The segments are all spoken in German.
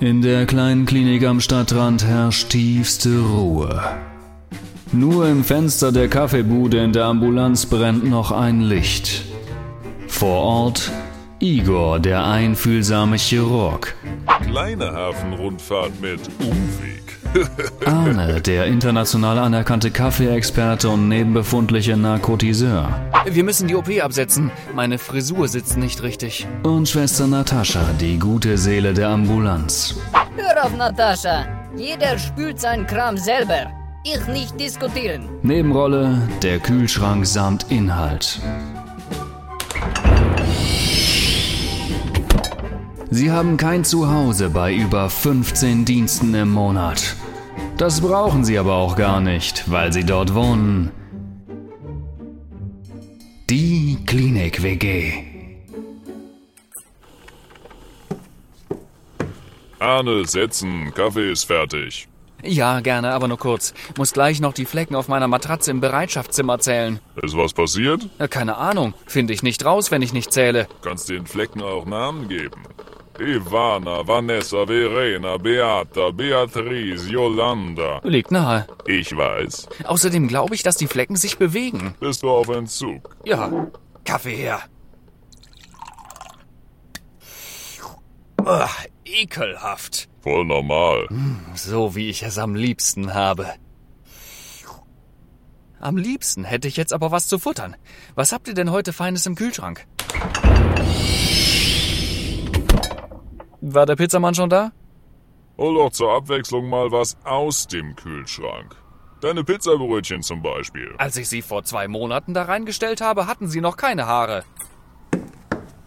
In der kleinen Klinik am Stadtrand herrscht tiefste Ruhe. Nur im Fenster der Kaffeebude in der Ambulanz brennt noch ein Licht. Vor Ort Igor, der einfühlsame Chirurg. Kleine Hafenrundfahrt mit Umweg. Arne, der international anerkannte Kaffeeexperte und nebenbefundliche Narkotiseur. Wir müssen die OP absetzen. Meine Frisur sitzt nicht richtig. Und Schwester Natascha, die gute Seele der Ambulanz. Hör auf, Natascha. Jeder spült seinen Kram selber. Ich nicht diskutieren. Nebenrolle, der Kühlschrank samt Inhalt. Sie haben kein Zuhause bei über 15 Diensten im Monat. Das brauchen sie aber auch gar nicht, weil sie dort wohnen. Die Klinik WG. Arne, setzen. Kaffee ist fertig. Ja, gerne, aber nur kurz. Muss gleich noch die Flecken auf meiner Matratze im Bereitschaftszimmer zählen. Ist was passiert? Äh, Keine Ahnung. Finde ich nicht raus, wenn ich nicht zähle. Kannst den Flecken auch Namen geben. Ivana, Vanessa, Verena, Beata, Beatrice, Yolanda. Liegt nahe. Ich weiß. Außerdem glaube ich, dass die Flecken sich bewegen. Bist du auf Entzug? Ja. Kaffee her. Ah, ekelhaft. Voll normal. So wie ich es am liebsten habe. Am liebsten hätte ich jetzt aber was zu futtern. Was habt ihr denn heute Feines im Kühlschrank? War der Pizzamann schon da? Hol doch zur Abwechslung mal was aus dem Kühlschrank. Deine Pizzabrötchen zum Beispiel. Als ich sie vor zwei Monaten da reingestellt habe, hatten sie noch keine Haare.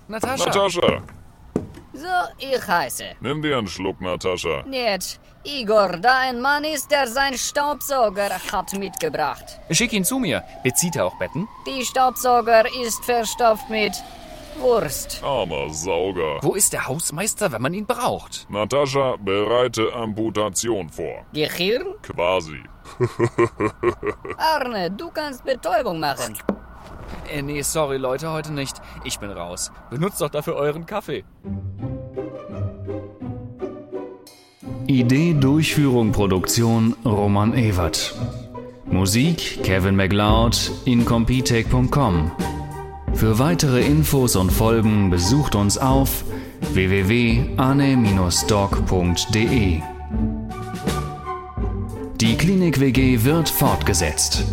Natascha. Natascha, So, ich heiße. nimm dir einen Schluck, Natascha. Jetzt, Igor, da ein Mann ist, der seinen Staubsauger hat mitgebracht. Schick ihn zu mir. Bezieht er auch Betten? Die Staubsauger ist verstopft mit Wurst. Armer Sauger. Wo ist der Hausmeister, wenn man ihn braucht? Natascha, bereite Amputation vor. Gehirn? Quasi. Arne, du kannst Betäubung machen. Äh, nee, sorry Leute, heute nicht. Ich bin raus. Benutzt doch dafür euren Kaffee. Idee, Durchführung, Produktion Roman Evert. Musik Kevin MacLeod, incompetech.com. Für weitere Infos und Folgen besucht uns auf www.ane-doc.de. Die Klinik WG wird fortgesetzt.